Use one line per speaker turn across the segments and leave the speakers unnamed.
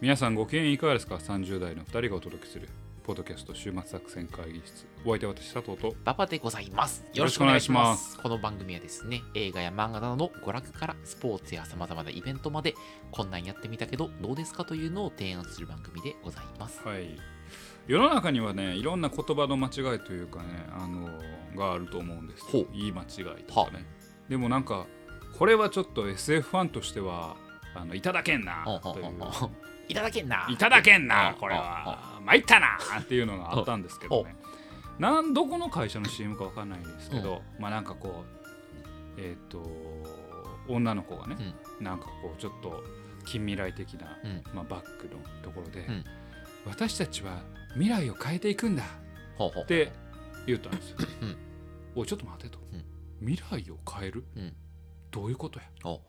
皆さんご機嫌いかがですか ?30 代の2人がお届けするポッドキャスト週末作戦会議室お相手は私佐藤と
ババでございます。
よろしくお願いします
よろくお願いしこの番組はですね、映画や漫画などの娯楽からスポーツや様々なイベントまで、こんなんやってみたけどどうですかというのを提案する番組でございます。
はい世の中にはねいろんな言葉の間違いというかねあのがあると思うんです
ほう
言い間違いとか
は
ねでもなんかこれはちょっと SF ファンとしてはあのいただけんな
うん
といううん
うんうんいただけんな。
いただけんな
うん
これは参ったなっていうのがあったんですけどねなんどこの会社の CM かわかんないんですけど、まあなんかこうえっ、と女の子がね、なんかこうちょっと近未来的な、
うん
まあ、バックのところで、
うん
私たちは未来を変えていくんだ
ほうほう
って言ったんですよ。
うん
おいちょっと待てと、未来を変える、
うん
どういうことや
ほ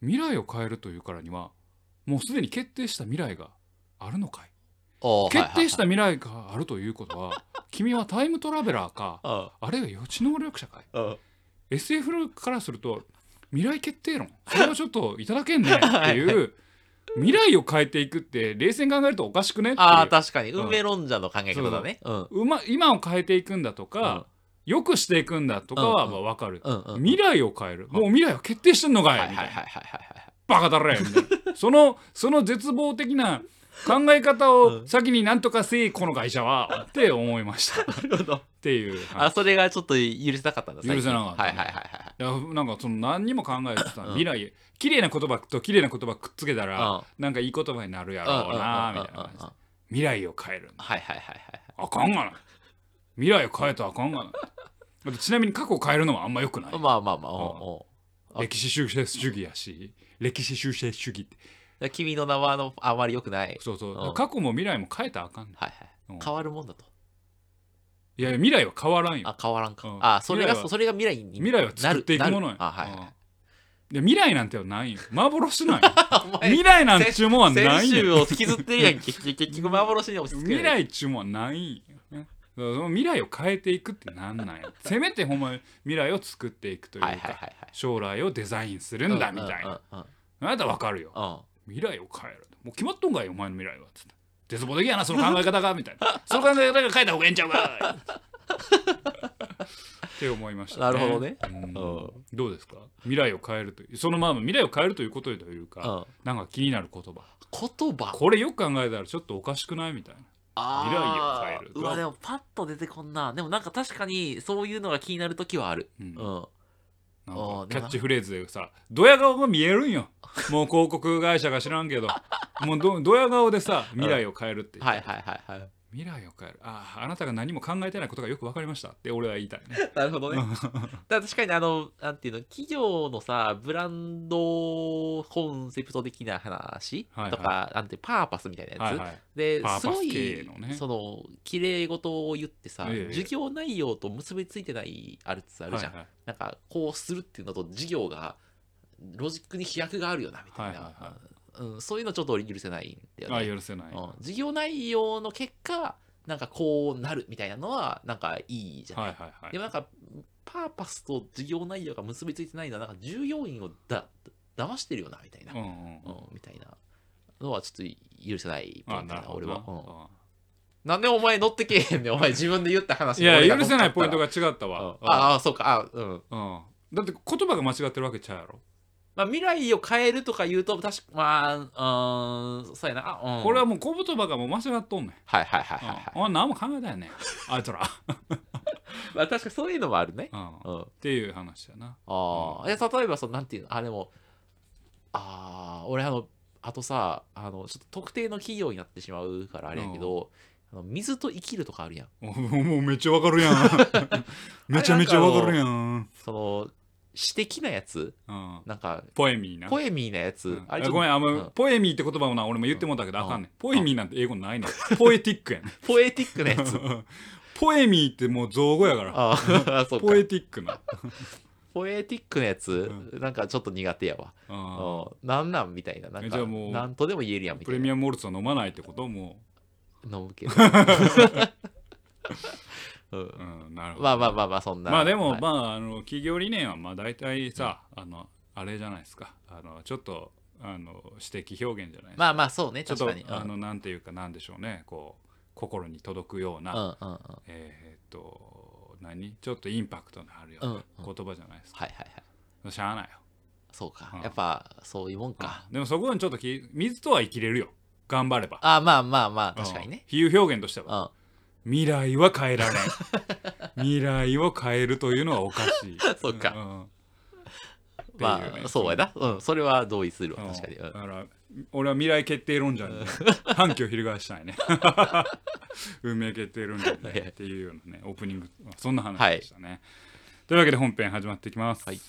未来を変えるというからにはもうすでに決定した未来があるのかいう
おう
決定し
は
た未来があるということ は君はタイムトラベラーか
いはいはい
あるいは予知能力者かい
うんうん
SF からすると未来決定論それはちょっといただけんねってい
は
う未来を変えていくって冷静に考えるとおかしくねっていう
ああ、確かに。
うん
運命論者の考え方だね。うん。うん
うま今を変えていくんだとか、良くしていくんだとかは
うん
まあ分かる、
うんうん。
未来を変えるもう未来は決定してんのか
はいい
み
は
た
い
い
は
ない
はいはい。
バカだれみたい なそのその絶望的な考え方
う
を
ん
先になんとかせいこの会社はって思いましたっ
なるほど。
ていう
あ、
話
それがちょっと許せなかったんだ。最近
許せなかった
はいはいはいはい
だからなんかその何にも考えてた
うん
未来綺麗な言葉と綺麗な言葉くっつけたら
はい。
なんかいい言葉になるや
うん
ろうな
うん
み
う
たい
ん
な
うんうん
感
う
じ
ん
未来を変えるんだ
はいはいはいはい。
あかんがな未来を変えたらあかんがなだってちなみに過去を変えるのはあんまよくない
まあまあまあ、
うん
おあ
歴史修正主義やし歴史修正主義って
うおう君の名はあのあまり良くない。
そうそううんだから過去も未来も変えたらあかんね
はい
うん
はい。変わるもんだと。
いやいや未来は変わらんよ
あ、変わらんか。
うん
あ、それ
未来
が、
は
それが未来に。
未来は作っていくもの
な
や
る。あ、はいはい。
うんで未来なんては ないよ幻なんよ
お前
未来なんちゅうもんはない
先
ねん
週を引きずってるやんけ。 結結局幻に落ち着くやん。
未来っちゅうもんはないんよねだからその未来を変えていくってなんなん やせめてほんまに未来を作っていくというか、
はいはいはいはい。
将来をデザインするんだみたいな、
うんうん
あなたわかるよ
うん。うん
未来を変えるもう決まっとんかいお前の未来はつって絶望的やなその考え方がみたい なその考え方が変えた方がええんちゃうかって思いました、
なるほどね
うん
うん
どうですか未来を変えるというそのまま未来を変えるということというか、
うん
なんか気になる言葉
言葉
これよく考えたらちょっとおかしくないみたいな
あ
未来を
ー
変える
うわでもパッと出てこんなでもなんか確かにそういうのが気になる時はある
うん
うん
なん
あ
か
ー
キャッチフレーズでさドヤ顔が見えるん よもう広告会社が知らんけどもうどドヤ顔でさ未来を変えるって言っ
は
て、
いはいはいはい
未来を変えるあああなたが何も考えてないことがよく分かりましたって俺は言いたい ね
なるほどね。だから確かにあの、なんていうの、企業のさ、ブランドコンセプト的な話とか、
はいはい
なんてパーパスみたいなやつ。
はいはい
で
パーパス
すご
経営
い
のね
その綺麗事を言ってさ、
いやいや
授業内容と結びついてないあるつあるじゃん、
はいはい
なんかこうするっていうのと授業がロジックに飛躍があるよなみたいな、
はいは
うん、そういうのちょっと俺許せないんだよね
ああ許せない、
うん、授業内容の結果なんかこうなるみたいなのはなんかいいじゃない
はいはいはい
でもなんかパーパスと事業内容が結びついてないのはなんか従業員をだ騙してるよなみたいな、
う
うんん
うんうん
みたいなのはちょっと許せないポイ
あ
ント
な
だ
る
な
ほ
俺
ど
は
な、
うん
あ
なんでお前乗ってけえへんねんお前自分で言った話
い
に俺
や
が
許せないポイント
乗っ
が違った
かったら
わ、
うんああそうかあうん、
うんだって言葉が間違ってるわけちゃうやろ、
まあ、未来を変えるとか言うと確かまあうーんそうやなあうん
これはもう小言葉がもう間違っとんねん、
はいはいはい
うん
はい、はい
お前何も考えたよねあいつら、
まあ、確かにそういうのもあるね
うん、っ
うん
ていう話やな
ああ、いや例えばそのなんていうのあでもああ俺あのあとさあのちょっと特定の企業になってしまうからあれやけど、あの水と生きるとかあるやん
お もうめっちゃわかる やんめちゃめちゃわかるやん、
その詩的なやつ
うん、
なんか
ポエミーな
ポエミーなやつ、
うん
あ
あ
れちょっと
ごめんあんま
うん
ポエミーって言葉もな俺も言ってもうたけど、
うん
あかんねんポエミーなんて英語ないねんポエティックや ねん
ポエティックな やつ
ポエミーってもう造語やから
ああそうか
ポエティックな
ポエティックなやつ、
う
なんかちょっと苦手やわ、
あ
うん、なんなんみたいななん
え
か
じゃあもう
なんとでも言えるやん
ー
み
プ
たい
レ
な
ミアムモルツは飲まないってことも
飲むけ ど、う
う、
ん
うん、なるほど
まあまあまあまあそんな
まあでも、
はい
まああの企業理念はまあ大体さ、あのあれじゃないですかあのちょっとあの指摘表現じゃないですか
まあまあそうね
ちょっ
確
と
かに
あのなんていうかなんでしょうねこう心に届くよう
うんう
なん
うんうん
えーっと何ちょっとインパクトのあるような
うんう
言葉じゃないです
はいはいはい
かしゃあないよ
そうか、
うん
やっぱそういうもんか、
でもそこにちょっとき水とは生きれるよ頑張れば
あまあまあまあ確かにね、
うん比喩表現として
うん
は未来は変えられん未来を変えるというのはおかしい
そうか
んっていう
ま
ね
あそうやなうんそれは同意するわ確かに、
う
うんん
だから俺は未来決定論者にね反旗を翻したいね 運命決定論者にねっていうようなねオープニングそんな話でしたね、というわけで本編始まっていきます、
はい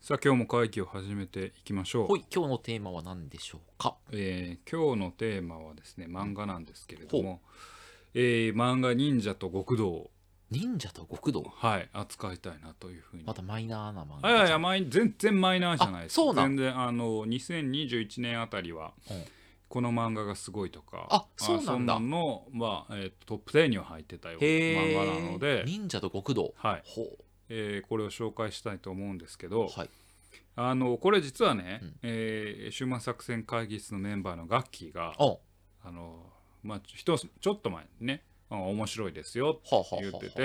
さあ今日も会議を始めていきましょう
ほい今日のテーマは何でしょうか
えー今日のテーマはですね漫画なんですけれども、えー漫画「忍者と極道
忍者と極」道
はい扱いたいなというふうに、
またマイナーな漫
あ
画
いやいや
うん
マイ全然マイナーじゃないです
あそうなん
全然あの2021年あたりは、
うん
この漫画がすごいとか
あそうなんだ
あの、まあえートップ10には入ってたような漫画なので、
忍者と極道
はい
ほ
えーこれを紹介したいと思うんですけ
う
ど、
はい
あのこれ実はね、
うん
えー、終末作戦会議室のメンバーのガッキーが
お
あのまあ、ひとちょっと前にねあ面白いですよ
はあはあはあはあ
言ってて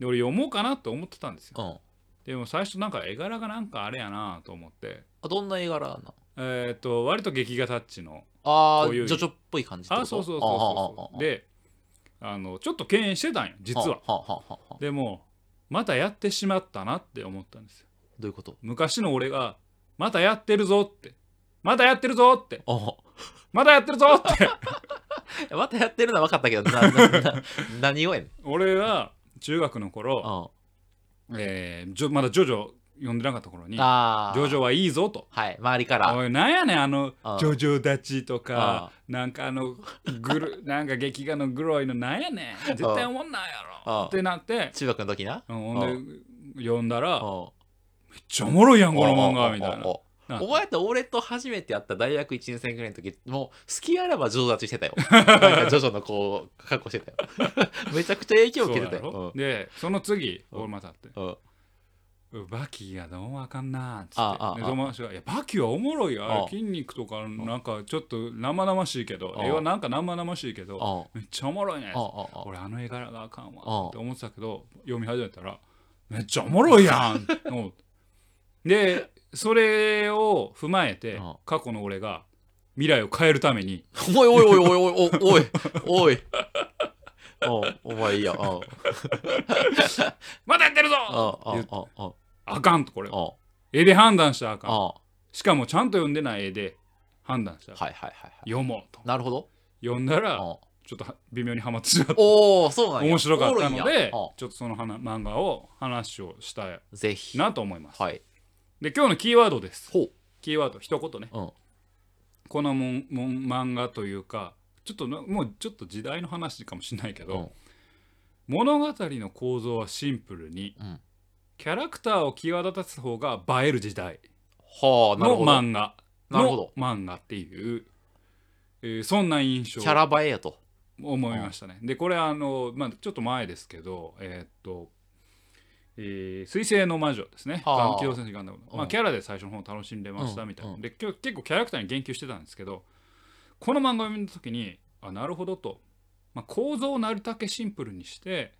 で俺読もうかなと思ってたんですよ
うん
でも最初なんか絵柄がなんかあれやなと思って
あどんな絵柄なの
えっ、と割と劇画タッチの
あ
こうい
ー
う
ジョジョっぽい感じってこ
あ
と
そうそうそうそうそう
で
であのちょっと敬遠してたんよ実は
はあはあはあはあ
でもまたやってしまったなって思ったんですよ
どういうこと
昔の俺がまたやってるぞってまたやってるぞって
あ
またやってるぞって
またやってるのは分かったけどななな 何をやねん
俺は中学の頃、
あ
えー、ジョまだジョジョ読んでなかった頃に
あー
ジョジョはいいぞと。
はい周りから
おい、なんやねん、あの
あ、
ジョジョ立ちと
あ
か、なんかあの、ぐる、 なんか劇画のグロいの、なんやねん、絶対思んないや
あ
ろ。ってなって、
中学の時な
うんほんで、読んだら、めっ
こ
ちゃおもろいやん、この漫画、みたいな。な
お前と俺と初めて会った大学1年生ぐらいの時もう好きあらば上達し てたよなんかジョジョのこう格好してたよめちゃくちゃ影響
そう
受けてた
やろ
よ
で、その次、
うん
俺またあって、
うんうん
うバキがどうもあかんなーっつ
ああ
っ
あ
てで、友達が、いや、バキはおもろいよ、あ
あ
れ筋肉とか、なんかちょっと生々しいけど、
あ
絵はなんか生々しいけど、
あ
めっちゃおもろいね
あ。ああ
俺あの絵柄があかんわ
あ
って思ってたけど読み始めたらめっちゃおもろいやん のでそれを踏まえて
あ
過去の俺が未来を変えるために
おいおいおいおい おいおいおいおいお前いいやあ
「まだやってるぞ!」
ああ
言う
ああ
あかんとこれ
あ
絵で判断したらあかん
あ
しかもちゃんと読んでない絵で判断したら
はいはいはいはい
読もうと
なるほど
読んだ
あ
らちょっとは微妙にはまってしまって
おおそうなんや
面白かったの
おもろいん
で
や
ち
あ
ょっとその話漫画を話をしたい
ぜひ
なと思います
はい
で今日のキーワードです
ほう
キーワード一言ね
うん
このもんもん漫画というかちょっとなもうちょっと時代の話かもしれないけど、
うん
物語の構造はシンプルに
うん
キャラクターを際立たす方が映える時代
はあなる
の
ほど
漫画
なるほど
の漫画っていう、えーそんな印象
キャラ映えやと
を思いましたね。でこれあの、まあ、ちょっと前ですけどえーっと「えー水星の魔女」ですね「
はあ
ガン機動戦士ガンダム」ま
う
あ
ん
キャラで最初の方楽しんでました
うん
みたいな、
うん
で今日結構キャラクターに言及してたんですけどこの漫画を見た時にあなるほどと、まあ、構造をなるだけシンプルにして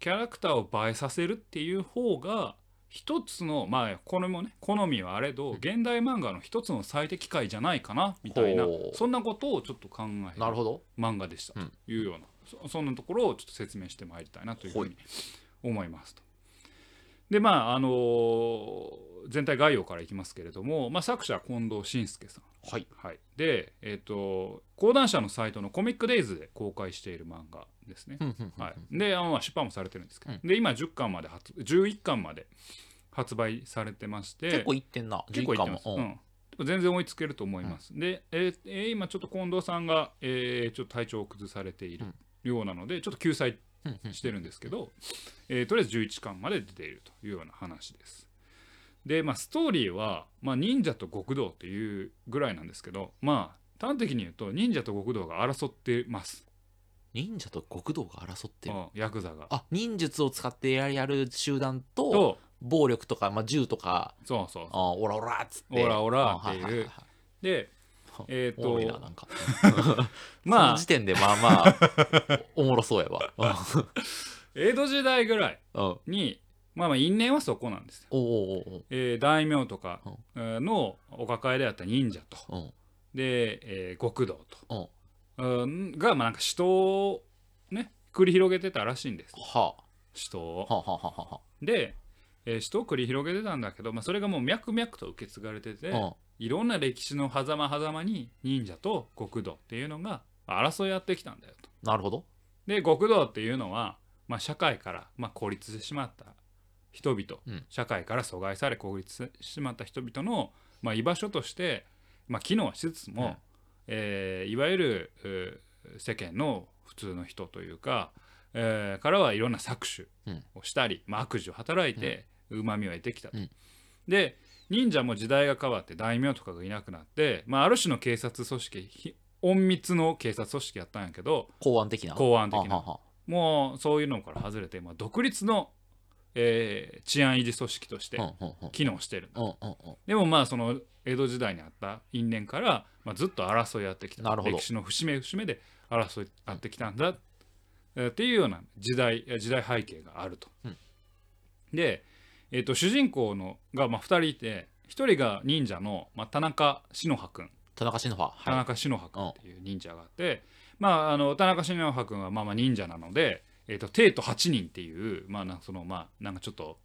キャラクターを映えさせるっていう方が一つのまあこれもね好みはあれど現代漫画の一つの最適解じゃないかなみたいな
ほう
そんなことをちょっと考え
なるほど
漫画でした
うん
というような、そそんなところをちょっと説明してまいりたいなというふうに思いますと。でまああのー全体概要からいきますけれども、まあ、作者は近藤信介さん、
はい
はい、で、えっと講談社のサイトのコミックデイズで公開している漫画ですね。はい、であのまあ出版もされてるんですけど、で今10巻まで発11巻まで発売されてまして
結構いってんな
結構いってます、
11
う
巻も
ん、全然追いつけると思います、で、えーえー今ちょっと近藤さんが、えーちょっと体調を崩されているようなので、ちょっと救済
うんうんうん
してるんですけど、えーとりあえず11巻まで出ているというような話ですで、まあ、ストーリーは、まあ、忍者と極道っていうぐらいなんですけどまあ端的に言うと忍者と極道が争ってます、
忍者と極道が争って
う
る
んヤクザが
あ忍術を使ってやる集団と
と
暴力とか、まあ、銃とか、
そうそう
あオラオラっつって。
オラオラっていう
あはいはいはいはい
でえっ、
おもろいな、
と
なんか。そ
ま
の
あ
時点でまあまあ、おおもろそうやわ。うん
江戸時代ぐらい
うんおう
にまあまあ因縁はそこなんですよ、
おうおう
えー大名とかえーのお抱えであった忍者と
おううん
で、えー極道
うん
と、うん、がまあなんか死闘をね繰り広げてたらしいんです
は
死闘を
あはあはあはあは
で、えー死闘を繰り広げてたんだけど、まあ、それがもう脈々と受け継がれてて、
あ。うん
いろんな歴史の狭間狭間に忍者と極道っていうのが争い合ってきたんだよと。
なるほど。
で極道っていうのは、まあ、社会から、まあ、孤立してしまった人々、
うん
社会から阻害され孤立してしまった人々の、まあ、居場所として、まあ、機能はしつつも、
うん
えーいわゆるうー世間の普通の人というか、えーからはいろんな搾取をしたり、まあ、悪事を働いてうまみを得てきたと。
うん
で忍者も時代が変わって大名とかがいなくなって、まあ、ある種の警察組織ひ隠密の警察組織やったんやけど
公安的な。
公安的な
はあはあは
もうそういうのから外れて、まあ、独立の、えー治安維持組織として
あうんうんうん
機能してるんだ、
うんうんうん
でもまあその江戸時代にあった因縁から、まあ、ずっと争いやってきた
なるほど
歴史の節目節目で争いやってきたんだ、えーっていうような時代時代背景があると。
うん
で、えー、と主人公のが、まあ、2人いて1人が忍者の、まあ、田中篠葉君
田中篠葉。
田
はい。
中篠葉君っていう忍者があって、まああの田中篠葉君はまあまあ忍者なので、えー、と帝都8人っていうまあなんかそのまあなんかちょっと、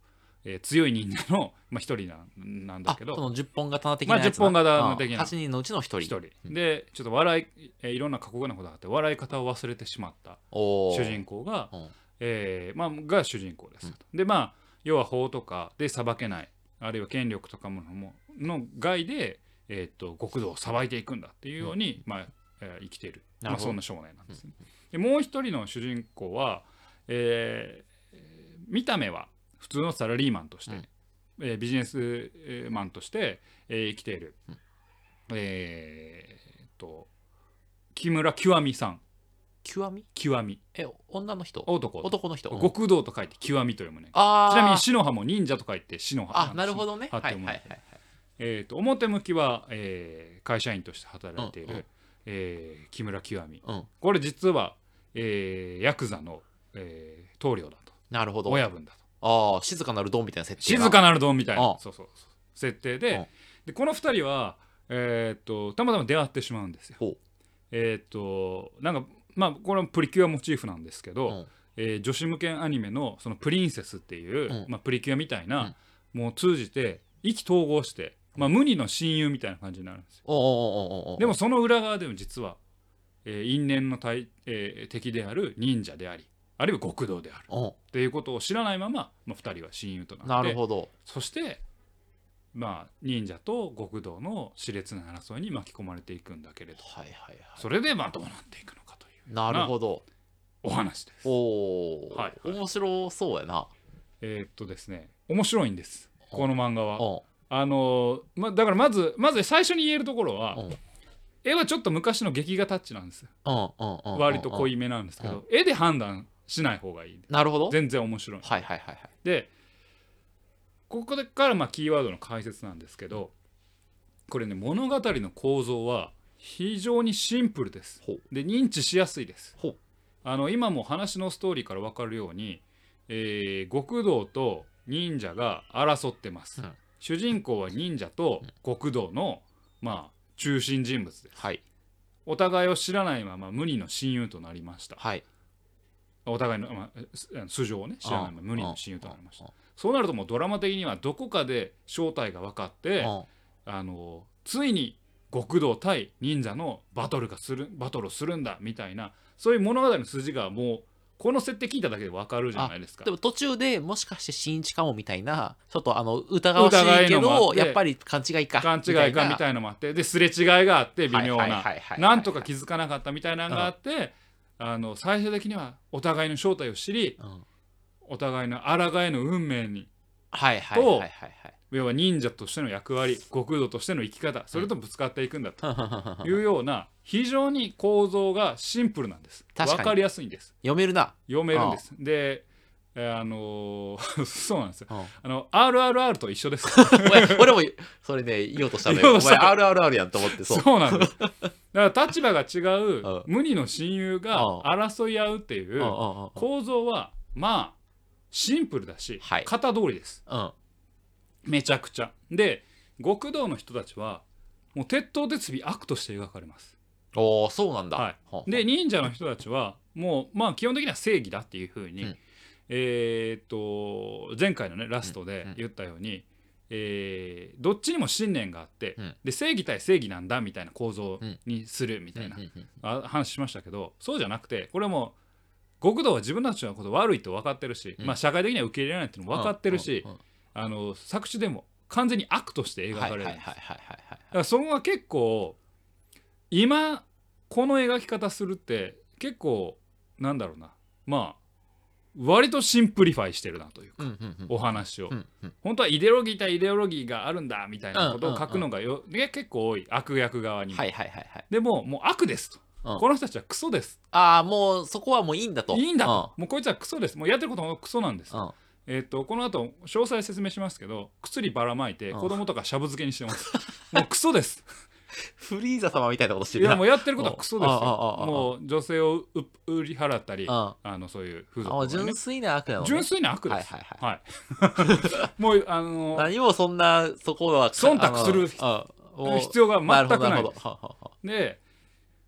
えー強い忍者の まあ、一人なんなんだ
あ、
け
そ
ど
の10本刀的なやつ
まあ
な。
10本刀的な
8人のうちの1人。
一人でちょっと笑い、えーいろんな過酷なことがあって笑い方を忘れてしまった
おー
主人公が、
うん
えーまあ、が主人公です、でまあ要は法とかで裁けないあるいは権力とかものもの害で、えー、と極道を裁いていくんだっていうように、まあえー生きている
な
まあ、
るほ
そ
ど
んな少年なんですね、でもう一人の主人公は、えーえー見た目は普通のサラリーマンとして、
うん
えービジネスえーマンとして、えー生きている、
うん
えーっと木村極美さん
極み
極美
え、女の人
男
男の人。
極道と書いて極みと読むね
あー
ちなみに篠葉も忍者と書いて篠葉
あ、なるほどね。
あ
は
って
いはい
思う
はい。
えー、と表向きは、えー会社員として働いている、
うんうん
えー木村極み
うん。
これ実は、えーヤクザの、えー棟梁だと
なるほど。
親分だと
ああ、静かなるドンみたいな設定が。
静かなるドンみたいな
あ
そうそうそう設定で,、
うん
でこの2人は、えー、とたまたま出会ってしまうんですよ
ほう。
えっ、となんかまあこれもプリキュアモチーフなんですけど、
うん
えー女子向けアニメの「そのプリンセス」っていう、
うん
まあ、プリキュアみたいな、もう通じて意気投合して、まあ、無二の親友みたいな感じになるんですよ。
おうおうおうおうおう
でも、その裏側でも実は、えー因縁の対、えー敵である忍者でありあるいは極道である
う
っていうことを知らないまま、まあ、2人は親友と
ん、
な
な
って
るほど。
そして、まあ、忍者と極道の熾烈な争いに巻き込まれていくんだけれど
はいはいはい。
それでまあどうなっていくのかという
なるほど。
お話です。
おお、
はいはい
面白そうやな。
えーっとですね面白いんですこの漫画は。
うん。
あのーま、だからまずまず最初に言えるところは、
うん
絵はちょっと昔の劇画タッチなんですよ
うんうんうん。
割と濃
い。
いめなんですけど、
う
絵で判断しない方がいい
なるほど。はい
全然面白い
はいはいはい。
でここからまあキーワードの解説なんですけどこれね物語の構造は非常にシンプルです
ほう
で認知しやすいです
ほう
あの今も話のストーリーから分かるように、えー極道と忍者が争ってます、
うん
主人公は忍者と極道の、まあ、中心人物です
はい
お互いを知らないまま無二の親友となりました
はい。
お互いの、まあすあの、素性をね知らないまま無二の親友となりました
うん
そうなるともうドラマ的にはどこかで正体が分かって、
うん
あのついに極道対忍者のバトルがするバトルをするんだみたいなそういう物語の筋がもうこの設定聞いただけで分かるじゃないですか
で。も途中でもしかして新一かもみたいな、ちょっとあの疑わしいけ
疑いのもあっ
ど、
て
やっぱり勘違いか。
勘違いがみ
い
たいのもあってですれ違いがあって微妙
はいはい
な
はいはいはい
なんとか気づかなかったみたいなのがあってあの最終的にはお互いの正体を知り
な。うん
お互いの抗えの運命に
はいはいはいはいはい。
要は忍者としての役割極道としての生き方それとぶつかっていくんだとい
読
うような非常に構造がシンプルなんです
確かに
分かりやすいんです
めるな。
読めるんです。で、えーあのー そうなんですよ
うん
あの RRR と一緒です
俺俺もそれね言おうとしたの
言お
よ。
う
お
とした
前 RRR やんと思 ってそ
そうう。なんですだから立場が違う
うん
無二の親友が
うん
争い合うってい
うんうん
う構造はまあシンプルだし、
はい
型通りです
うんうん
めちゃくちゃで極道の人たちはもう鉄頭鉄尾悪として描かれます
おおそうなんだ。
はい
ほんほん
で忍者の人たちはもうまあ基本的には正義だっていうふうに、
うん
えーっと前回のねラストで
うん
言ったように、えーどっちにも信念があって、
うん
で正義対正義なんだみたいな構造にするみたいな
うんうんうん
あ話しましたけどそうじゃなくてこれも極道は自分たちのこと悪いと分かってるし、
うん
まあ、社会的には受け入れられないっていうのも分かってるし、
うんうん
あの作詞でも完全に悪として
うん
描
は
か
いは
れ
い
る
はい
んで
はい
す、
はいはい
だからそこは結構今この描き方するって結構なんだろうなまあ割とシンプリファイしてるなという
うんうんうん
お話を、
うんうん
本当はイデオロギー対イデオロギーがあるんだみたいなことを書くのがよ、ね結構多い悪役側にも、
はいはいはいはい。
でももう悪ですと、
うん
この人たちはクソです
ああもうそこはもういいんだと。
いいんだと、もうこいつはクソですもうやってることもクソなんです、
うん。うん
えっ、とこの後詳細説明しますけど薬ばらまいて
うん
子供とかしゃぶ漬けにしてますもうクソです
フリーザ様みたいなことして
い
るな。
やもうやってることはクソですよ
ああああ
もう女性をう売り払ったり
うんあ
あのそういう風
もう
俗とかね
純粋な悪なのね。
純粋な悪です
はいはい
はい もうあの
何もそんなそこは
忖度する
あのうんもう
必要が全くない
るほどるほどははは
で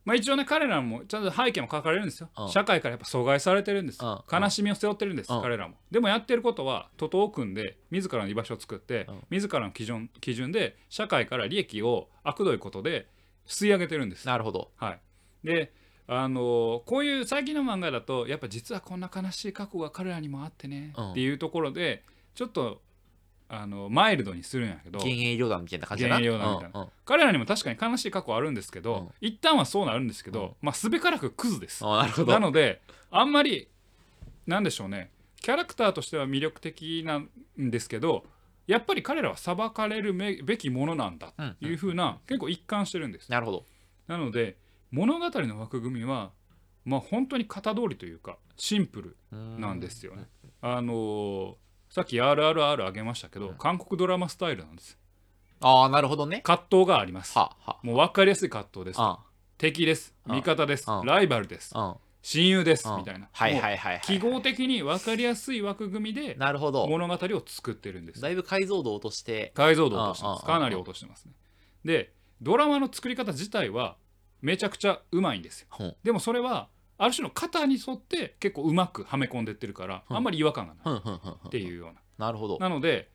まあ一応ね彼らもちゃんと背景も書かれるんですよ
うん
社会からやっぱ阻害されてるんです
うん
悲しみを背負ってるんです
うん
彼らもでもやってることは徒党を組んで自らの居場所を作って
うん
自らの基準基準で社会から利益を悪どいことで吸い上げてるんです
なるほど。
はい、であのこういう最近の漫画だとやっぱ実はこんな悲しい過去が彼らにもあってね、
うん
っていうところでちょっとあのマイルドにするんやけど
幻影旅団みたいな感じだな。
幻影旅団みたいな
うんうん
彼らにも確かに悲しい過去はあるんですけど、
うん
一旦はそうなるんですけど、
うん
まあすべからくクズです。
あなるほど。
なのであんまりなんでしょうねキャラクターとしては魅力的なんですけどやっぱり彼らは裁かれるめべきものなんだ
うん
というふうな結構一貫してるんです。
なるほど。
なので物語の枠組みはまあ本当に型通りというかシンプルな
なん
ですよね。あのーさっき RRR あげましたけど、
うん
韓国ドラマスタイルなんです。
ああ、なるほどね。
葛藤があります。
はあは
もう分かりやすい葛藤です。
あ。
敵です。
うん
味方です
う。ん
ライバルです
う。ん。うん。
親友です。
うん
みたいな。
はい
も。
はいはいはいう
記号的に分かりやすい枠組みで
なるほど。
物語を作ってるんです
だ。いぶ解像度落として。
解像度を落としてます。
うんうんうん
かなり落としてますね。で、ドラマの作り方自体はめちゃくちゃうまいんですよ。
ほん。
でもそれはある種の型に沿って結構うまくはめ込んでってるから、
うん
あんまり違和感がない
ふんふんふんふん。っ
っていうような、
なるほど。
なので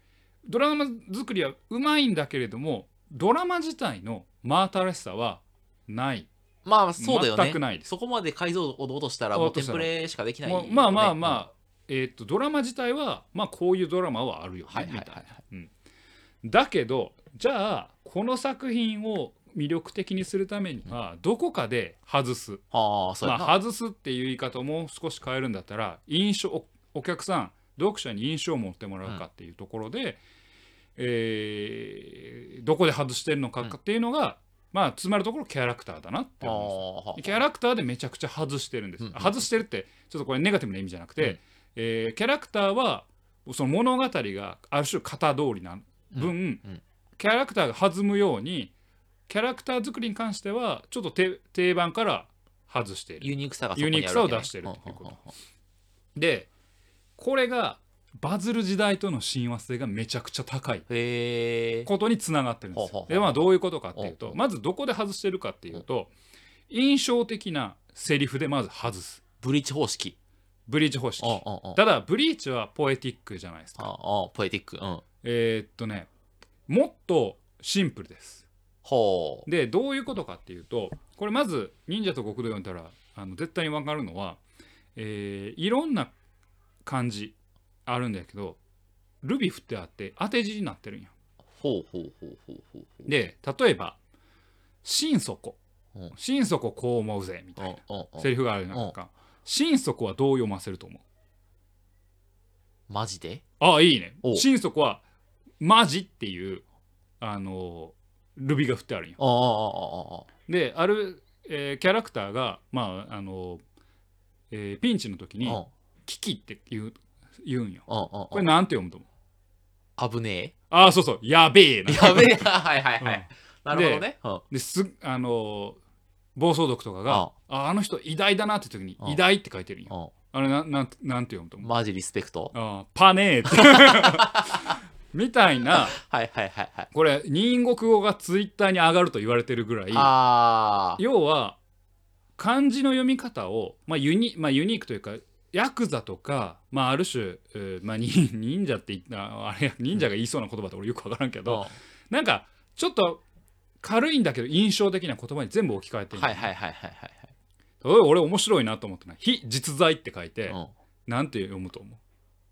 ドラマ作りはうまいんだけれどもドラマ自体の真新しさはない
まあそうだよね。
全くないです
そこまで解像度落としたらもう
落と
テン
した
プ
ら
レしかできないよ
も
ね、
うまあまあまあ、えーっとドラマ自体はまあこういうドラマはあるよね、
はいはいはい
みたい
は。
ないだけどじゃあこの作品を魅力的にするためにはどこかで外す、
ああ、そうやな。
まあ、外すっていう言い方をもう少し変えるんだったら印象おお客さん読者に印象を持ってもらうかっていうところで、えーどこで外してるのかっていうのが、まあつまるところキャラクターだなって
あ
思うん
あは
ですキャラクターでめちゃくちゃ外してるんです、
うんうん
外してるってちょっとこれネガティブな意味じゃなくて、
うん
えーキャラクターはその物語がある種型通りな分、
うん
キャラクターが弾むようにキャラクター作りに関してはちょっとて定番から外している
ユニークさがそこ
ユ
にあ
ニー
る
クさ
わ
を
けね
出してるっていうこ
うんうんうん
と。でこれがバズる時代との親和性がめちゃくちゃ高い
へえ。
ことにつながってるんです
ほうほうほ
よ。
う
でまあどういうことかっていう
ほう
と
ほう
まずどこで外してるかっていうと印象的なセリフでまず外す
ブリッジ方式。
ブリーチ方式
うんうんうん
ただブリーチはポエティックじゃないです
あ
か。
あ、ポエティック。うん。
えーっとねもっとシンプルです。
ほう。
でどういうことかっていうとこれまず忍者と極道読んだらあの絶対に分かるのは、えーいろんな漢字あるんだけどルビ振ってあって当て字になってるんや。
ほうほうほうほうほうほう。
で例えば「心底
うん」
「心底こう思うぜ」み
う
たい
んうんう
なんセリフがあるなんか「心底」はどう読ませると思う
マジで
ああいいね
お
「心底」は「マジ」っていうあのルビが振ってあるんや。
ああああああ
である、えーキャラクターが、まああのえーピンチの時に
ああ。
「危機」っていう言うんよ。
うんうん
こ
う
れ
ん。
なんて読むと思う
危ね
ああ、そうそう、やべえな
え。。やべえ。 はいはいは
うん
い。なるほどね。うん。うん
ですあのー暴走族とかが「ああの人偉大だな」って時に
う
「
ん
偉大」って書いてるんよ。あれななんなんて読むと思う
マジリスペクト。
あーパネ ーってみたいな
はいはいはいはい。
これ人国語がツイッターに上がると言われてるぐらい
ああ。
要は漢字の読み方を、まあユニまあ、ユニークというかヤクザとか、まあ、ある種、えーまあ、に忍者って言ったあれ忍者が言いそうな言葉って俺よく分からんけ
うん
ど、
は
なんかちょっと軽いんだけど印象的な言葉に全部置き換えて
い
る
はいはいはいはい
例えば俺面白いなと思ったのは「非実在」って書いて、
はい。うん。
なんて読むと思う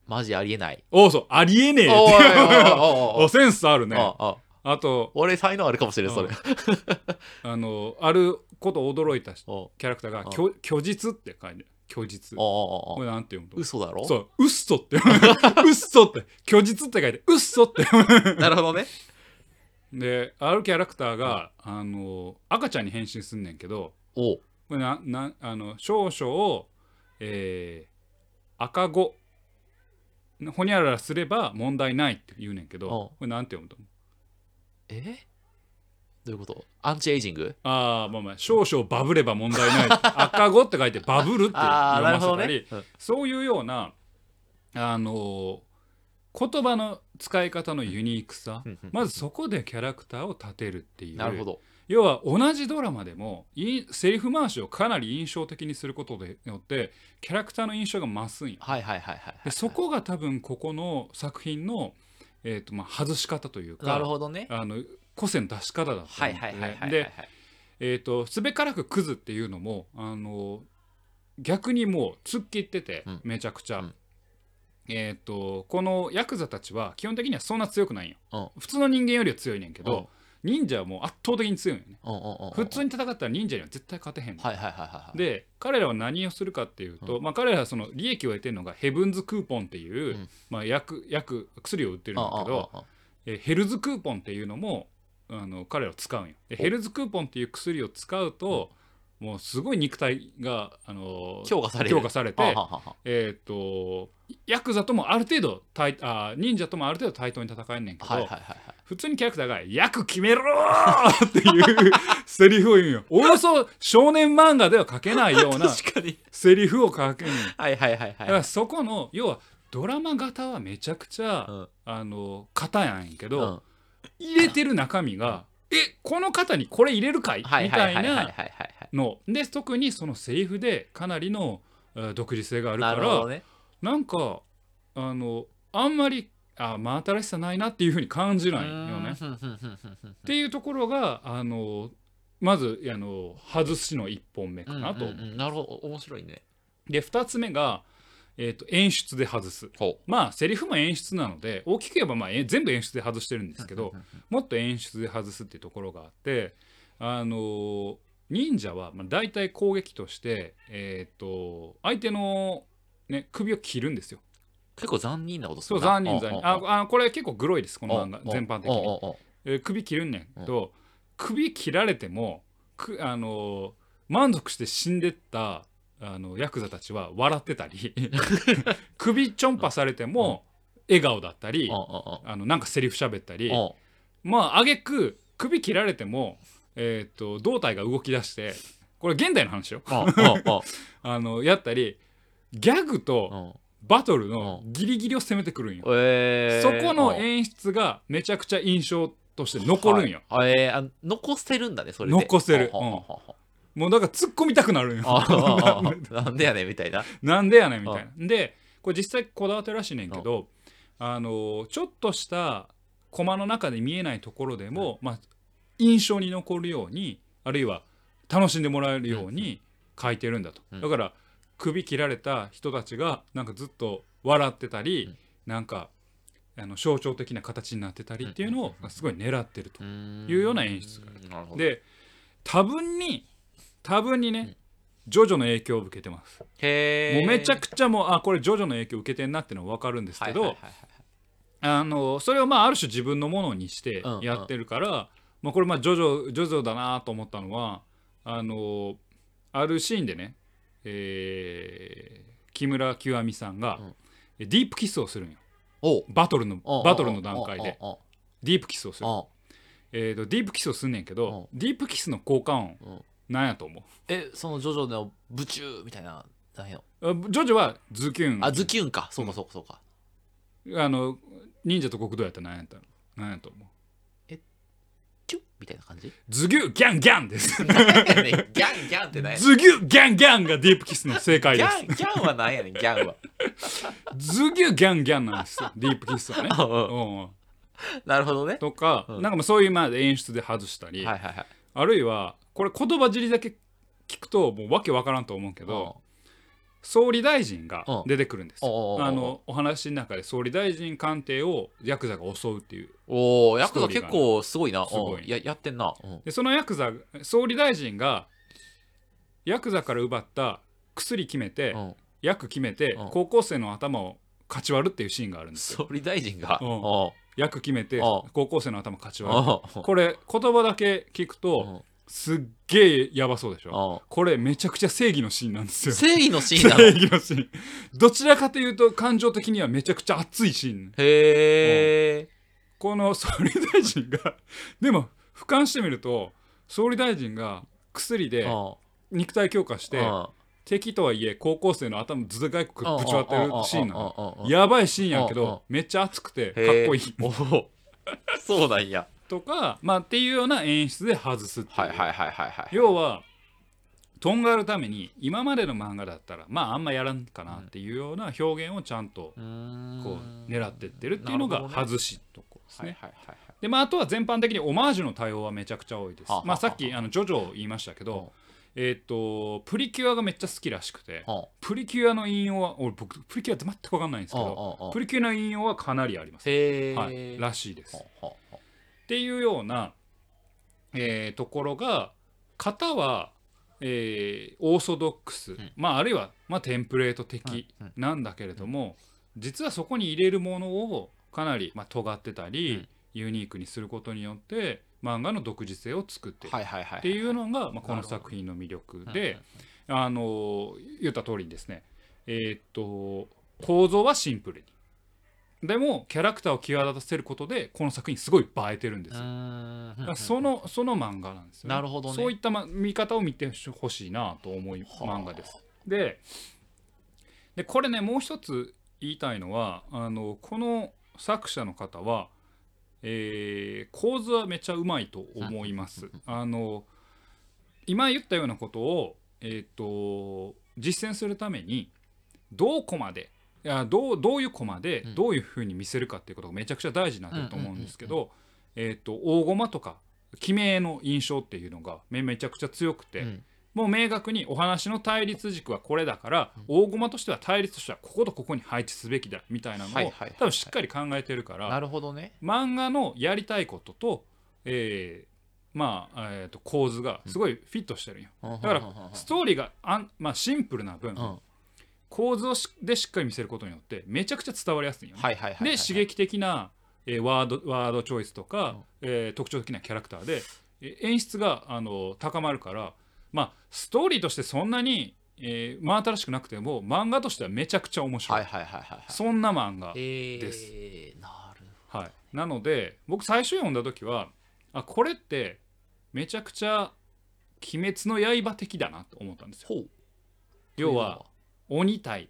マジありえない。
おおそうありえねえ
お
っ
い
て
おいおいおいお
お
い
センスあるね
おい
あ
おい。
と
俺才能あるかもしれん、それ
う。あのあること驚いたし
おお
キャラクターが
うん
「虚虚実」って書いてる虚実こ
おうおう
れなんて読むと思う
嘘だろ
そう「うっそ」って うっそって虚実って書いてうっそって
なるほ どね。
であるキャラクターがあの赤ちゃんに変身すんねんけど
おう
これななあの少々を、えー赤子ほにゃららすれば問題ないって言うねんけど
うん
これなんて読むと思う
えどういうことアンチエイジング
あーまあまあ少々バブれば問題ない赤子って書いてバブるって読
ああ、な
ま
るほ
せ
ど
た
ね
り、。そういうようなあのー言葉の使い方のユニークさ、
うんうん
まずそこでキャラクターを立てるっていう
なるほど。
要は同じドラマでもいいセリフ回しをかなり印象的にすることでよってキャラクターの印象が増すんよ
はいはいはいはいは
で
い。
そこが多分ここの作品の、えーとまあ、外し方というか
なるほどね。
あの個性の出し方だと思って
はいはいはいはいはい。
で、えー、とすべからくクズっていうのもあの逆にもう突っ切ってて、
うん
めちゃくちゃ、
うん
えー、とこのヤクザたちは基本的にはそんな強くないんよ、
う
普通の人間よりは強いねんけ
うん
ど、忍者はもう圧倒的に強いんよね
うんうんうんうん
普通に戦ったら忍者には絶対勝てへんの、
はいはいはいはい。、
で彼らは何をするかっていうと、まあ、彼らはその利益を得てるのがヘブンズクーポンっていう、
うん
まあ、薬薬薬を売ってるんだけど、
うんうん
えーヘルズクーポンっていうのもあの彼らは使うんよで
お
ヘルズクーポンっていう薬を使うと、もうすごい肉体が、あのー
強化される。
強化され
は
て
あはあはあ
えー、とヤクザともある程度対あー忍者ともある程度対等に戦えんねんけど、
はいはいはいはい。
普通にキャラクターが「役決めろ!」って いうセリフを言うんよおよそ少年漫画では書けないよう な
確かに。
セリフを書けんよ
はいはいはい
だか
は
ら
い。
そこの要はドラマ型はめちゃくちゃ、
うん
あの型やんやけ
う
ど、
ん
入れてる中身が「えこの型にこれ入れるかい?」み
はいはい
た
はいいはいは
な
いはいはい。
ので特にそのセリフでかなりのえー独自性があるか
なるほ
ら
どね。
なんかあのあんまりあ真新しさないなっていうふうに感じ
う
ないよね。
ーんふんふんふんふん
っていうところがあのまずあの外しの1本目
ふ
か
ん
なと、
うんうんうんなるほど。面白いね。
で2つ目が、えー、と演出で外す
ほ
まあセリフも演出なので大きく言えば、まあ、え全部演出で外してるんですけど、
うんうん
もっと演出で外すっていうところがあってあの忍者はまあ大体攻撃として、えー、と相手の、ね、首を切るんですよ。
結構残忍なことす
そう
る
残忍残忍
あ、
ああこれ結構グロいですこの
お
漫画全般的。
お
に。
おお
えー首切るんねんけど、首切られてもく、あのー満足して死んでったあのヤクザたちは笑ってた り首ちょんぱされても笑顔だったり、
おお
あのなんかセリフ喋ったり、
おお
まあ挙句首切られても、えー、と胴体が動き出してこれ現代の話よ
おお
あのやったりギャグと
お
バトルのギリギリを攻めてくるんよ。
えー
そこの演出がめちゃくちゃ印象として残るんよ。。
はいあえーあ残せるんだね、それで。
残せる
ほほほほ
もうだから突っ込みたくなるんよ。
ああああなんでやねんみたいな。
なんでやねんみたいな。でこれ実際こだわってるらしいねんけどあのーちょっとしたコマの中で見えないところでも、まあ、印象に残るようにあるいは楽しんでもらえるように書いてるんだと。
うん
だから首切られた人たちがなんかずっと笑ってたり、
うん
なんかあの象徴的な形になってたりっていうのをすごい狙ってると。
い
いうような演出が
なるほど。
で多分に多分にね、ジョジョの影響を受けてます。
へー
もうめちゃくちゃもうあこれジョジョの影響受けてんなってのは分かるんですけど、
はいはいはいはい
あのそれをまあある種自分のものにして
うんうん
やってるから、まあ、これまあジョジョジョジョだなと思ったのはあのあるシーンでね、えー木村清美さんが、
うん
ディープキスをするんよ
おう
バトルの
おう
バトルの段階で
おう
ディープキスをする
おうおうおう
えー、とディープキスをすんねんけどディープキスの効果音
うん
なんやと思う
えそのジョジョのブチューみたいななんや
あジョジョはズキュン
あズキュンかそうかそうかそうか
あの忍者と国道やったら何やったの何やと思う
キュッみたいな感じ
ズギュギャンギャンです
なんやねんギャンギャンってなんやねん
ズギュギャンギャンがディープキスの正解
ギ
で
ャンギャンはなんやねんギャンは
すズギュギャンギャンなんですよディープキスはね
あうん
うんうん
なるほどね
とか、
うん
なんかまあそういうまあ演出で外したり、
はいはいはい
あるいはこれ言葉尻だけ聞くともうわけわからんと思うけど、総理大臣が
うん
出てくるんですよ
おうおうおうおう
あのお話の中で総理大臣官邸をヤクザが襲うっていう
おおヤ
ス
ク
トー
ザ
リー
結
が
構すごいな
すごい
うんややってんなうん
でそのヤクザ総理大臣がヤクザから奪った薬決めて、
うん
薬決めて、
うん
高校生の頭をかち割るっていうシーンがあるんですよ
総理大臣が
うん
おう
薬決めて
うん
高校生の頭かち割る
おう
これ言葉だけ聞く
う
と
ん
すっげえやばそうでしょ
おう
これめちゃくちゃ正義のシーンなんですよ
正義のシーンな
正
の
義のシーンどちらかというと感情的にはめちゃくちゃ熱いシーン
へえ
この総理大臣がでも俯瞰してみると総理大臣が薬で肉体強化して敵とはいえ高校生の頭ずがいくぶち割ってるシーンなの
の
やばいシーンやけ
うんうん
どめっちゃ熱くてかっ
へー
こいい
おおそうなんや
とかまあっていうような演出で外すっていう
はいはいはいはいはい
要はとんがるために今までの漫画だったらまああんまやらんかなっていうような表現をちゃんと
うーん
こう狙ってってるっていうの
なる
が
ほどね
外しとこです
はい
ね。
はいはいはい
でまあ、あとは全般的にオマージュの対応はめちゃくちゃ多いです
はあは。あ
まあ、さっきあのジョジョを言いましたけど、えーっとプリキュアがめっちゃ好きらしくて
は
プリキュアの引用は俺僕プリキュアって全く分かんないんですけど
あ
プリキュアの引用はかなりあります。
へえ
はい、らしいです。
は
っ
あはあ
ていうような、えーところが型は、えーオーソドックス、
ん
まあ、あるいは、まあ、テンプレート
うん
的
うん
なんだけれども、実はそこに入れるものをかなり、まあ、尖ってたり、
うん
ユニークにすることによって漫画の独自性を作っていく
はいはいはい
っていうのが、まあ、この
なるほど
作品の魅力
うん
で、あのー言った通りにですねえーっと構造はシンプルにでもキャラクターを際立たせることでこの作品すごい映えてるんです
う
よ。
んうんうん
だからそのその漫画なんですよ、
なるほどね
そういった、ま、見方を見てほしいなと思い
はあ
漫画です。ででこれねもう一つ言いたいのはあのこの作者の方は、えー構図はめちゃうまいと思います。あの今言ったようなことを、えー、と実践するためにどうコマでいやどうどういうコマで
うん
どういうふうに見せるかっていうことがめちゃくちゃ大事になってると思うんですけど、えー、と大駒とか記名の印象っていうのがめめちゃくちゃ強くて、
うん
もう明確にお話の対立軸はこれだから、大駒としては対立としてはこことここに配置すべきだみたいなのを、
はいはいはいはい
多分しっかり考えてるから
なるほどね
漫画のやりたいことと、えーまあ、えー、と構図がすごいフィットしてるんよ、
だ
だからストーリーがあん、まあ、シンプルな分、
うん
構図をしでしっかり見せることによってめちゃくちゃ伝わりやすいんよね、
はいはいはいはい
で刺激的な、えーワードワードチョイスとか、えー特徴的なキャラクターでえー演出があの高まるから、まあ、ストーリーとしてそんなに、えー真新しくなくても漫画としてはめちゃくちゃ面白い、
はいはいはいはいはい
そんな漫画、
で
です
なる
はい、なので僕最初読んだ時はあこれってめちゃくちゃ「鬼滅の刃」的だなと思ったんですよ
ほう
要は鬼対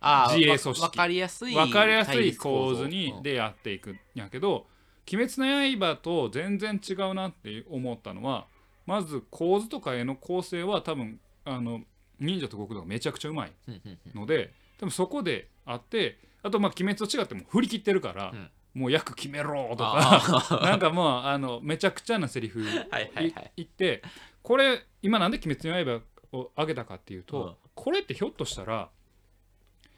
あー
自衛
わ
組織
わかりやすい
分かりやす
対
い
立
構図
う
に
ん
でやっていくんやけど「鬼滅の刃」と全然違うなって思ったのはまず構図とか絵の構成は多分あの忍者と極道がめちゃくちゃうまい
うんうんうん
ので多分そこであってあとまあ鬼滅と違ってもう振り切ってるから、
うん
もう役決めろと
あ
か なんかもうあのめちゃくちゃなセリフをい
はいはいはい
言ってこれ今なんで「鬼滅の刃」を上げたかっていうと、
うん
これってひょっとしたら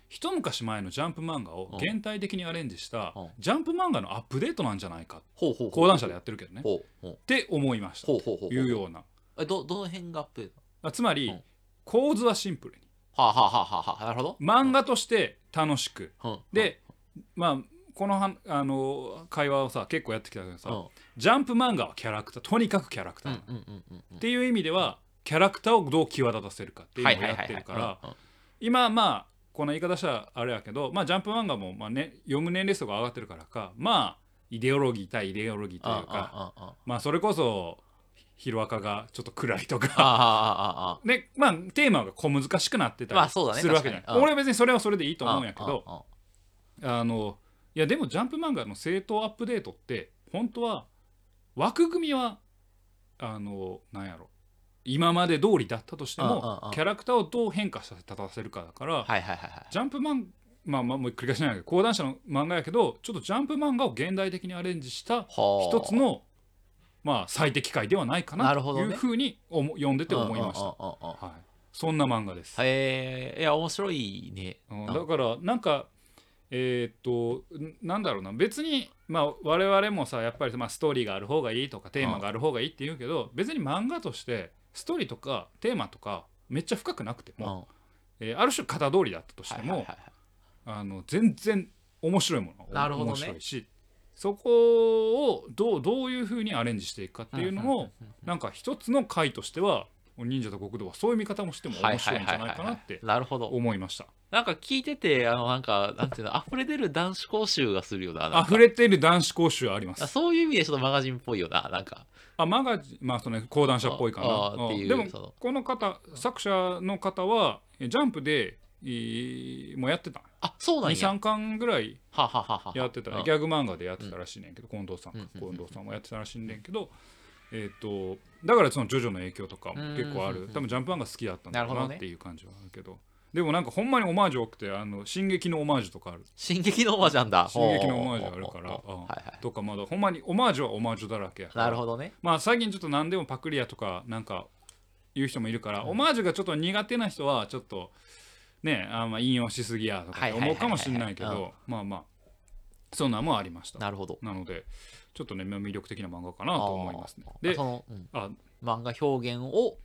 一昔前のジャンプ漫画を現代的にアレンジした
うん
ジャンプ漫画のアップデートなんじゃないか
ほうほうほう
講談社でやってるけどねっ
ほうほう
て思いました
ほうほうほう
いうような
えどどの辺がアップデート
あつま
う
り
ん
構図はシンプルに
はあはあはあはあはあなるほど
漫画として楽しく
うん
でまあこのはあの会話をさ結構やってきたけど
う
さ、
ん
ジャンプ漫画はキャラクターとにかくキャラクタ
う
ー、
んうんうんうんうん
っていう意味ではキャラクターをどう際立たせるかっていうのをやってるから、
はいはいはいはいうんうん
今まあこんな言い方したらあれやけど、まあ、ジャンプ漫画も、まあね、読む年齢層が上がってるからかまあイデオロギー対イデオロギーというか
ああああ
まあそれこそヒロアカがちょっと暗いとか
あああああ
でまあテーマが小難しくなってた
まあ
り
そうだね
するわけじゃない、
確かにうん
俺は別にそれはそれでいいと思うんやけど
あ
あのいやでもジャンプ漫画の正当アップデートって本当は枠組みはあのなんやろ今まで通りだったとして
うんうんう
も
ん
キャラクターをどう変化させ立たせるかだから、
あはいはいはいはい
ジャンプマンまあまあもう繰り返しなんやけど講談社の漫画やけどちょっとジャンプ漫画を現代的にアレンジした
はあ
一つのまあ最適解ではないかな
なるほ
と
どね
いうふうに思読んでて思いました。
うんうんうんうん
はい、そんな漫画です。
へえいや面白いね
うん
あ
だからなんかえーっとんなんだろうな別に、まあ、我々もさやっぱりまあストーリーがある方がいいとかテーマがある方がいいって言うけど別に漫画としてストーリーとかテーマとかめっちゃ深くなくて
うん
も、
は
えーある種型通りだったとし
い
て
はいはい
も
はい
あの全然面白いもの
なるほどね
面白いしそこをどうどういうふうにアレンジしていくかっていうのも、なんか一つの回としては忍者と極道はそういう見方もしても面白いんじゃないかなって
なるほど
思いました。
なんか聞いててあのなんかなんていうの溢れ出る男子講習がするよななんか
溢れている男子講習あります。
そういう意味でちょっとマガジンっぽいよななんか
あマガジンまあその講談社っぽいか
あ
な
あ
う
ってい
ん
う
でも
その
この方作者の方はえジャンプでえーもうやってた
あそうなんや
23巻ぐらい
はははは
やってた
うん
ギャグ漫画でやってたらしいねんけど近藤さんか
うんうんうん
近藤さんもやってたらしいねんけどえっとだからそのジョジョの影響とかも結構あ
うんうん
る
うん
多分ジャンプ漫画好きだったんだろう
なる
な
ほどね
っていう感じはあるけどでもなんかほんまにオマージュ多くて「あの進撃のオマージュ」とかある
進撃のオマージャン だ
進撃のオマージュあるから
ほうほうほうほう
うん
はいは
とかまだほんまにオマージュはオマージュだらけや
いなるほどね
まあ最近ちょっと何でもパクリやとかなんか言う人もいるから、オマージュがちょっと苦手な人はちょっとねあんま引用しすぎやとかって思うかもしれないけ
はいはいは
どまあまあそんなんもありましたな
なるほど
のでちょっとねまあ魅力的な漫画かなと思いますね
あー
で
そのうん
あ
漫画表現を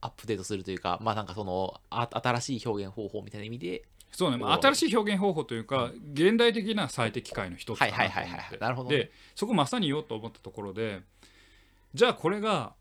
アップデートするというかまあなんかそのあ新しい表現方法みたいな意味で
そうね、まあ、
お
新しい表現方法というか現代的な最適解の一つかなと思って、
はいはいはいはいなるほどね
でそこまさに言おうと思ったところでじゃあこれが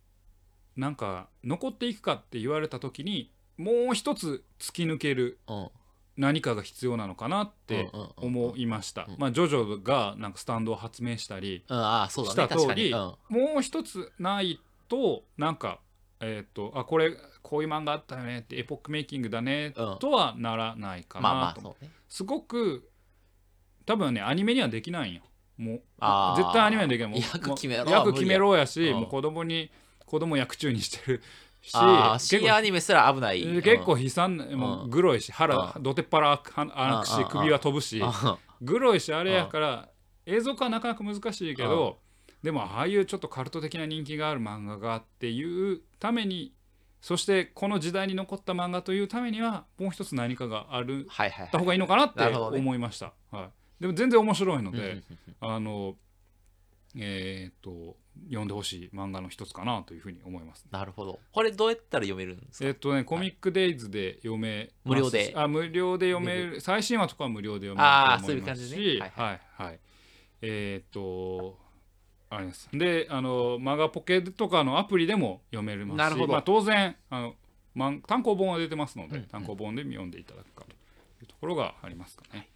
なんか残っていくかって言われた時にもう一つ突き抜ける
うん
何かが必要なのかなって
うんうんうん
思いました、
うんうん
まあジョジョがなんかスタンドを発明したり
うん、ああそうだ
した
ね確
通
かに、
り
うん、
もう一つないとなんかえっ、とあこれこういう漫画あったよねってエポックメイキングだね
うん
とはならないか
まあま
な
あ
と
そうね
すごく多分ねアニメにはできないんよもう
あー
絶対アニメにはできないもう
役決めろ
もう役決めろやし
無理や
もう子供に子供役中にしてるし
ああ
結
深夜ア
構
ニメすら危ない、うん
結構悲惨なもう
うん
グロいし腹
う
どてっぱらあく
うん
し
うん
首は飛ぶし
あ
グロいしあれやから映像化はなかなか難しいけどでもああいうちょっとカルト的な人気がある漫画がっていうためにそしてこの時代に残った漫画というためにはもう一つ何かがある
はいは
っ
いは
た
い
方がいいのかなって
なるほどね
思いました。はい、でも全然面白いの
うんうんう
で、
んうん
あのえーっと読んでほしい漫画の一つかなというふうに思います。
なるほどこれどうやったら読めるんですか
えっとね、コミックデイズで読めます
無料で
あ無料で読める最新話とかは無料で読め
あー
ると思います
そういう
し
感じね
はいはい、えーっとあれですであのマガポケとかのアプリでも読めるますし
なるほど
まあ、当然あのマン単行本は出てますので、
うんうん
単行本で読んでいただくかというところがありますかね、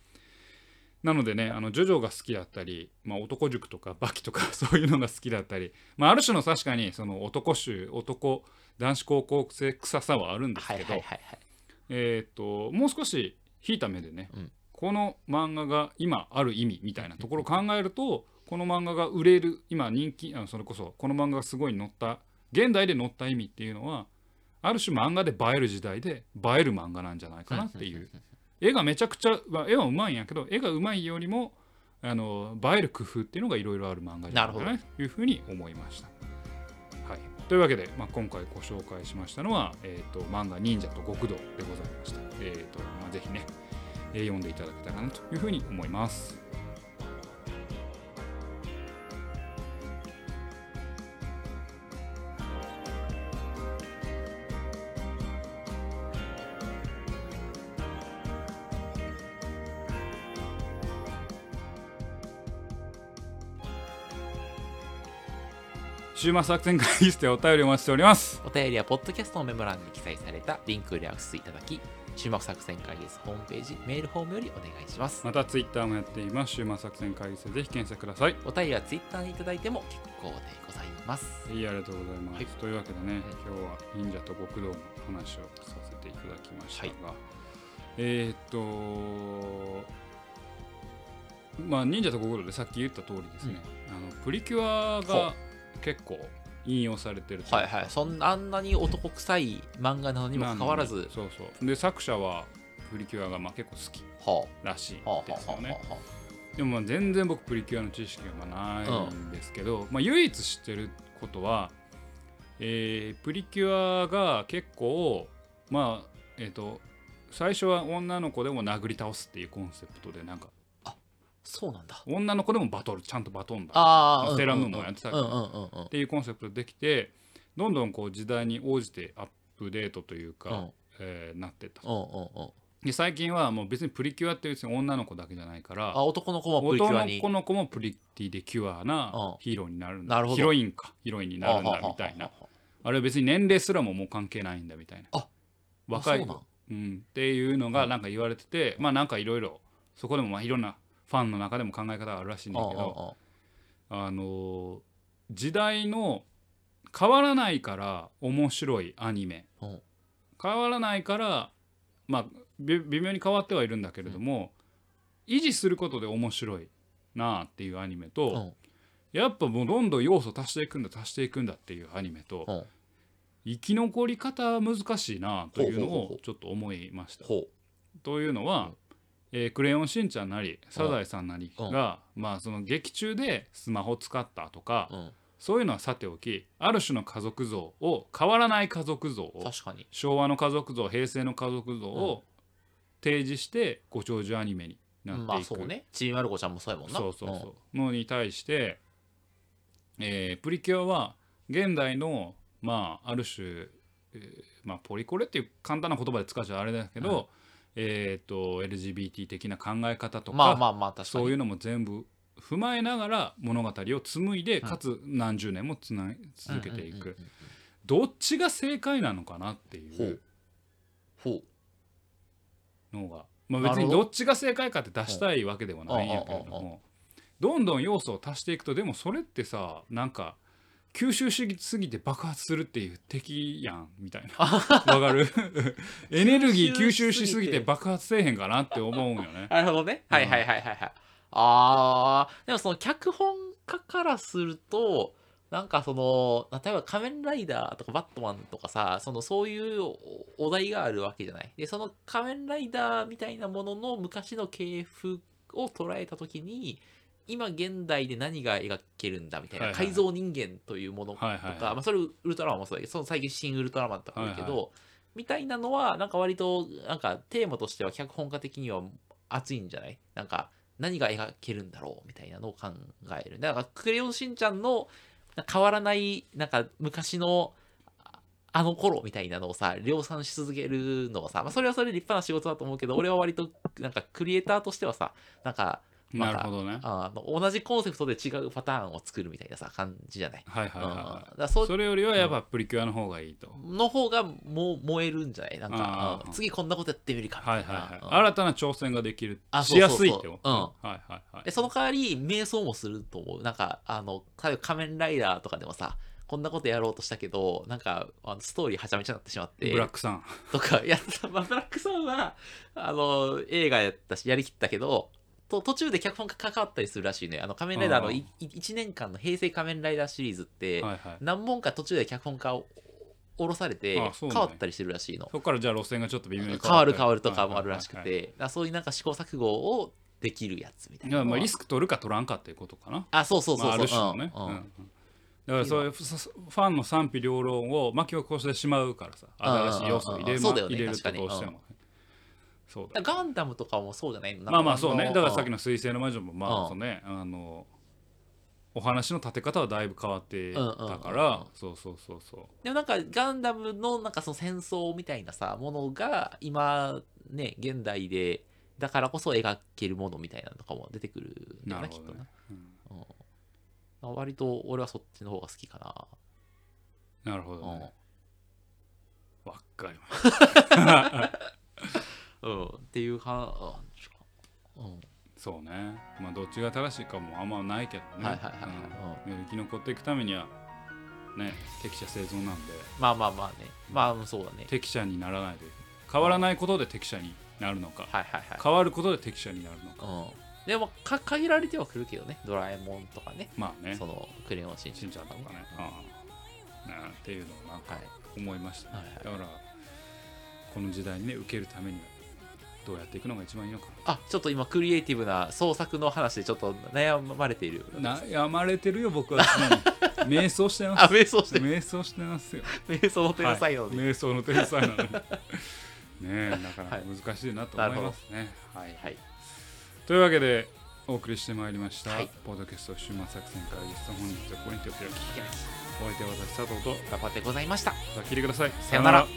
なのでねあのジョジョが好きだったり、まあ、男塾とかバキとか そういうのが好きだったり、まあ、ある種の確かにその男衆男男子高校生臭さはあるんです
は
け
いはい
ど、
はいはい
えー、ともう少し引いた目でね、
うん
この漫画が今ある意味みたいなところを考えるとこの漫画が売れる今人気あのそれこそこの漫画がすごい載った現代で載った意味っていうのはある種漫画で映える時代で映える漫画なんじゃないかなっていう絵がめちゃくちゃ、まあ、絵はうまいんやけど絵がうまいよりもあの映える工夫っていうのがいろいろある漫画じゃないか
な
なというふうに思いました。はい、というわけで、まあ、今回ご紹介しましたのは、えー、と漫画「忍者と極道」でございました。えーとまあ、ぜひね、えー読んでいただけたらなというふうに思います。週末作戦会議室でお便りお待ちしております。
お便りはポッドキャストのメモ欄に記載されたリンクよりアクセスいただき終幕作戦会議室ホームページメールフォームよりお願いします
またツイッターもやっています週末作戦会議室ぜひ検索ください
お便りはツイッターにいただいても結構でございます
はいありがとうございます、
はい
というわけでね、今日は忍者と極道の話をさせていただきましたが、えーっとまあ忍者と極道でさっき言った通りですね、あのプリキュア
ほ
が結構引用されてるとうか
はいはいそんあんなに男臭い漫画なのにもかかわら
なの
ず
にそうそうで作者はプリキュアがまあ結構好き
は
らしい
あはあ
ですよ
はあは
ね
あは
でもまあ全然僕プリキュアの知識がまあないんですけど、まあ、唯一知ってることは、えープリキュアが結構まあえっ、と最初は女の子でも殴り倒すっていうコンセプトでなんか
あそうなんだ
女の子でもバトルちゃんとバトンだ
あ
ま
あ
あセーラームーンもやってたけ
うん
ど
うんうんうん
っていうコンセプトでできてどんどんこう時代に応じてアップデートというか、
うん
えーなってった
うんうんうん
で最近はもう別にプリキュアって別に女の子だけじゃないから
あ男の子もプリキ
男
ュア
の
に
子の子もプリティでキュアな
うん
ヒーローになるん
な
だ
るほど
ヒロインかヒロインになるん
は
だ
あはあ
みたいな
はあは
あれは別に年齢すらももう関係ないんだみたいな
あ
若い
あそうなん
うん、っていうのがなんか言われててまあなんかいろいろそこでもまあいろんなファンの中でも考え方があるらしいんだ
あ
け
うんうん
ど
うん
あのー時代の変わらないから面白いアニメ
うん
変わらないからまあび微妙に変わってはいるんだけれども、維持することで面白いなあっていうアニメと、
うん
やっぱもうどんどん要素足していくんだ足していくんだっていうアニメと、
うん
生き残り方難しいなあというの
ほうほうほうほ
を
う
ちょっと思いました。
ほ
というのは、えークレヨンしんちゃん」なり「サザエさん」なりが、まあその劇中でスマホ使ったとか、
ううん
そういうのはさておきある種の家族像を変わらない家族像を
確かに
昭和の家族像平成の家族像を提示してご長寿アニメになっていく、
まあそうねちびまる子ちゃんもそうやもんな
そうそうそうのに対して、えープリキュアは現代のまあある種、えーまあ、ポリコレっていう簡単な言葉で使っちゃあれだけど、えっ、と LGBT 的な考え方とか、
うんまあまあまあ確かに
そういうのも全部踏まえながら物語を紡いで、かつ何十年もつな続けていく、
うんうんうんうん
どっちが正解なのかなってい
ほ
う
うほ
のが、まあ、
な
別に
るほど
どっちが正解かって出したいわけではないんやけれど
うん
もどんどん要素を足していくとでもそれってさなんか吸収しすぎて爆発するっていう敵やんみたいなわかる エネルギー吸収しすぎて爆発せえへんかなって思うんよね
うなるほどねはいはいはいはいはいあーでもその脚本家からするとなんかその例えば「仮面ライダー」とか「バットマン」とかさそのそういうおお題があるわけじゃないでその「仮面ライダー」みたいなものの昔の系譜を捉えた時に今現代で何が描けるんだみたいな、
はいはい
改造人間というものとか、
はいはいはい
まあ、それウルトラマンもそうだけどその最近新ウルトラマンとかあるけど、
はいは
みたいなのはなんか割となんかテーマとしては脚本家的には熱いんじゃないなんか何が描けるんだろうみたいなのを考えるだから「クレヨンしんちゃん」の変わらないなんか昔のああの頃みたいなのをさ量産し続けるのはさ、まあ、それはそれで立派な仕事だと思うけど俺は割となんかクリエイターとしてはさなんか
なるほどね
あの同じコンセプトで違うパターンを作るみたいなさ感じじゃない。
はいはいはい
うん
は
だから
い
そ
それよりはやっぱプリキュアの方がいいと
の方がもう燃えるんじゃないなん
あ
か
ー、
うん次こんなことやってみるかみ
は
た
いはい
いな。
はい
うん
新たな挑戦ができる
あ
しやすいって
そうそう
思
そううん
はいはいはい
でその代わり瞑想もすると思うなんかあの例えば仮面ライダーとかでもさこんなことやろうとしたけどなんかあのストーリーはちゃめちゃになってしまって
ブラックさん
とかいやった、まあ、ブラックさんはあの映画やったしやりきったけどと途中で脚本が関わったりするらしいねあの仮面ライダーのい1年間の平成仮面ライダーシリーズって、
はいはい
何本か途中で脚本家を降ろされて
あそう
変
なんや
わったりしてるらしいの
そこからじゃあ路線がちょっと微妙に
変わる変わるとかもあるらしく
はいはいはいはい
て、だからそういうなんか試行錯誤をできるやつみたい
いや
な。
まあリスク取るか取らんかっていうことかな。
あ、そうそうそう
まあ、あ
そう。
る種のね。
うん
う
うんん
うんだからそういうふさファンの賛否両論を巻き起こしてしまうからさ、新しい要素を入れ,、
うん
ま
うんうんそうだよね
入れると
確か
ど
に
うしても。そうだ
だからガンダムとかもそうじゃないの
まあまあそうね。だからさっき
の。
の「水星の魔女」もま
う
あ
ん
そうね、あのお話の立て方はだいぶ変わってたか
うんうんうんう
ら
ん、
そうそうそうそう。
でもなんかガンダムのなんかその戦争みたいなさ、ものが今ね、現代で、だからこそ描けるものみたいなのとかも出てくるんだ
な
よな、
る
き
ほ
っ
ど
と
ね
な。。
うん
うんまあ割と俺はそっちの方が好きかな。
なるほど
うん
ね。わっかりま
うん、っていう話うん
そうねまあどっちが正しいかもあんまないけどね
はいはいはいは
う
い
んね生き残っていくためにはね適者生存なんで
まあまあまあねまあそうだね
適者にならないで変わらないことで適者になるのか
はいはいはい
変わることで適者になるのか
うん、でもか限られてはくるけどねドラえもんとかね
まあね
そのクレヨンしん
しんちゃんとかねうんねっていうのをなんか
はい
思いましたね
はいはい
だからこの時代にね受けるためにはどうやっていくのが一番いいのか
あちょっと今クリエイティブな創作の話でちょっと悩まれている
悩まれてるよ僕は常 に瞑想してます
あ瞑想してる
瞑想してますよ
瞑想の天才なので、
はい、瞑想の天才なの でねえなかな
は
か
い
難しいなと思いますね、はい
はい
というわけでお送りしてまいりました、
はい
ポッドキャスト終末作戦会議室本日はここにてお開きお相手は私佐藤と
頑張ってございました
また聞いてください
さよなら